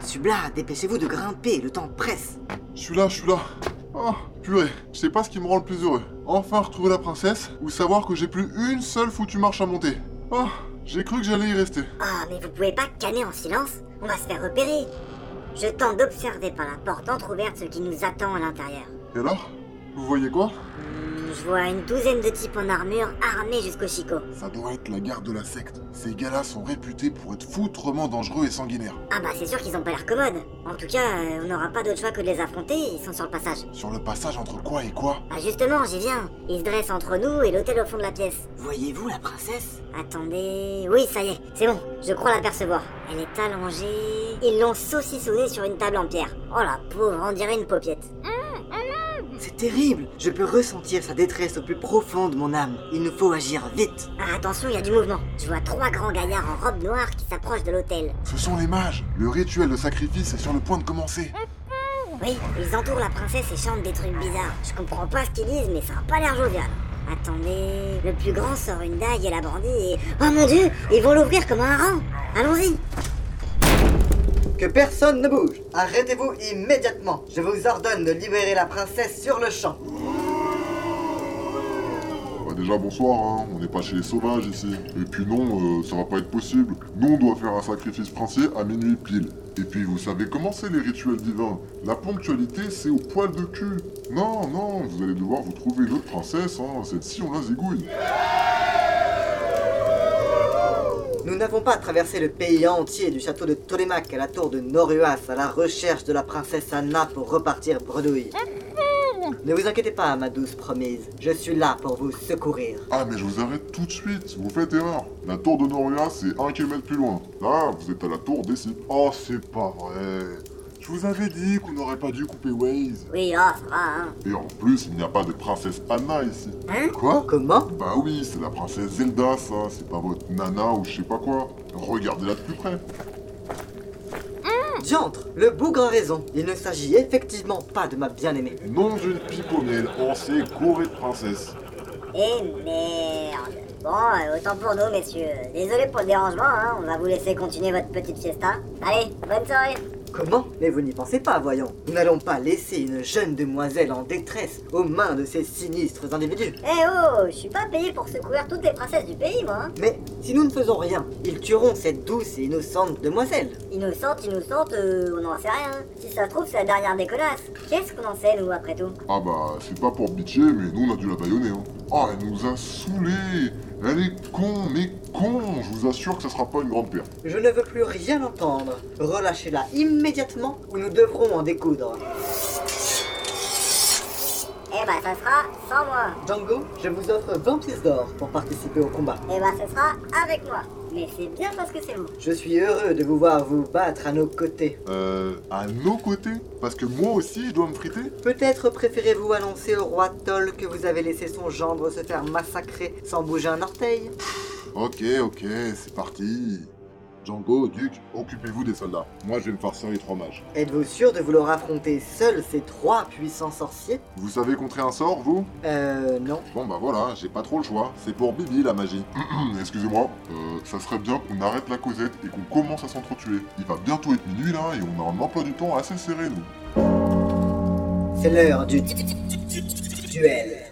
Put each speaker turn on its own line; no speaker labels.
Subla, dépêchez-vous de grimper, le temps presse.
Je suis là, je suis là. Oh, purée, je sais pas ce qui me rend le plus heureux. Enfin retrouver la princesse ou savoir que j'ai plus une seule foutue marche à monter. Oh, j'ai cru que j'allais y rester.
Ah, mais vous pouvez pas canner en silence, on va se faire repérer. Je tente d'observer par la porte entrouverte ce qui nous attend à l'intérieur.
Et alors Vous voyez quoi
Hmm, Je vois une douzaine de types en armure armés jusqu'au chicot.
Ça doit être la garde de la secte. Ces gars-là sont réputés pour être foutrement dangereux et sanguinaires.
Ah bah c'est sûr qu'ils ont pas l'air commodes. En tout cas, euh, on n'aura pas d'autre choix que de les affronter, ils sont sur le passage.
Sur le passage entre quoi et quoi
Ah justement, j'y viens. Ils se dressent entre nous et l'hôtel au fond de la pièce.
Voyez-vous la princesse
Attendez. Oui, ça y est, c'est bon, je crois l'apercevoir. Elle est allongée. Ils l'ont saucissonnée sur une table en pierre. Oh la pauvre, on dirait une paupiette.
C'est terrible, je peux ressentir sa détresse au plus profond de mon âme. Il nous faut agir vite.
Ah, attention, il y a du mouvement. Je vois trois grands gaillards en robe noire qui s'approchent de l'hôtel.
Ce sont les mages. Le rituel de sacrifice est sur le point de commencer.
Oui, ils entourent la princesse et chantent des trucs bizarres. Je comprends pas ce qu'ils disent, mais ça a pas l'air jovial. Attendez, le plus grand sort une dague et la brandit et... Oh mon dieu, ils vont l'ouvrir comme un rang Allons-y
Que personne ne bouge Arrêtez-vous immédiatement Je vous ordonne de libérer la princesse sur le champ
Bah déjà bonsoir, hein. on n'est pas chez les sauvages ici. Et puis non, euh, ça va pas être possible. Nous on doit faire un sacrifice princier à minuit pile. Et puis vous savez comment c'est les rituels divins. La ponctualité c'est au poil de cul. Non, non, vous allez devoir vous trouver une autre princesse, hein. celle-ci on la zigouille.
Nous n'avons pas traversé le pays entier du château de Tolémac à la tour de Noruas à la recherche de la princesse Anna pour repartir bredouille. Ne vous inquiétez pas, ma douce promise. Je suis là pour vous secourir.
Ah mais je vous arrête tout de suite, vous faites erreur. La tour de Noria c'est un kilomètre plus loin. Là, vous êtes à la tour des cibles. Oh c'est pas vrai. Je vous avais dit qu'on n'aurait pas dû couper Waze.
Oui, oh, ça va, hein.
Et en plus, il n'y a pas de princesse Anna ici.
Hein
Quoi
Comment
Bah oui, c'est la princesse Zelda, ça. C'est pas votre nana ou je sais pas quoi. Regardez-la de plus près.
Diantre, le bougre a raison. Il ne s'agit effectivement pas de ma bien-aimée.
Non d'une piponnelle, on s'est couré de princesse.
Eh merde Bon, euh, autant pour nous, messieurs. Désolé pour le dérangement, hein. On va vous laisser continuer votre petite fiesta. Allez, bonne soirée
Comment Mais vous n'y pensez pas, voyons. Nous n'allons pas laisser une jeune demoiselle en détresse aux mains de ces sinistres individus.
Eh oh, je suis pas payé pour secourir toutes les princesses du pays, moi. hein.
Mais si nous ne faisons rien, ils tueront cette douce et innocente demoiselle.
Innocente, innocente, euh, on n'en sait rien. Si ça se trouve, c'est la dernière des connasses. Qu'est-ce qu'on en sait, nous, après tout
Ah bah, c'est pas pour bitcher, mais nous on a dû la baïonner. Hein. Ah, elle nous a saoulés. Elle est con, mais con. Je vous assure que ça sera pas une grande perte.
Je ne veux plus rien entendre. Relâchez-la immédiatement ou nous devrons en découdre.
Eh bah, ça sera sans moi.
Django, je vous offre 20 pièces d'or pour participer au combat.
Eh bah, ça sera avec moi. Mais c'est bien parce que c'est vous.
Je suis heureux de vous voir vous battre à nos côtés.
Euh, à nos côtés Parce que moi aussi, je dois me friter
Peut-être préférez-vous annoncer au roi Toll que vous avez laissé son gendre se faire massacrer sans bouger un orteil
Ok, ok, c'est parti. Django, Duc, occupez-vous des soldats. Moi, je vais me farcir les trois mages.
Êtes-vous sûr de vouloir affronter seuls ces trois puissants sorciers
Vous savez contrer un sort, vous
Euh, non.
Bon bah voilà, j'ai pas trop le choix. C'est pour Bibi la magie. Excusez-moi. Euh, ça serait bien qu'on arrête la causette et qu'on commence à s'entretuer. Il va bientôt être minuit là et on a un emploi du temps assez serré nous.
C'est l'heure du duel.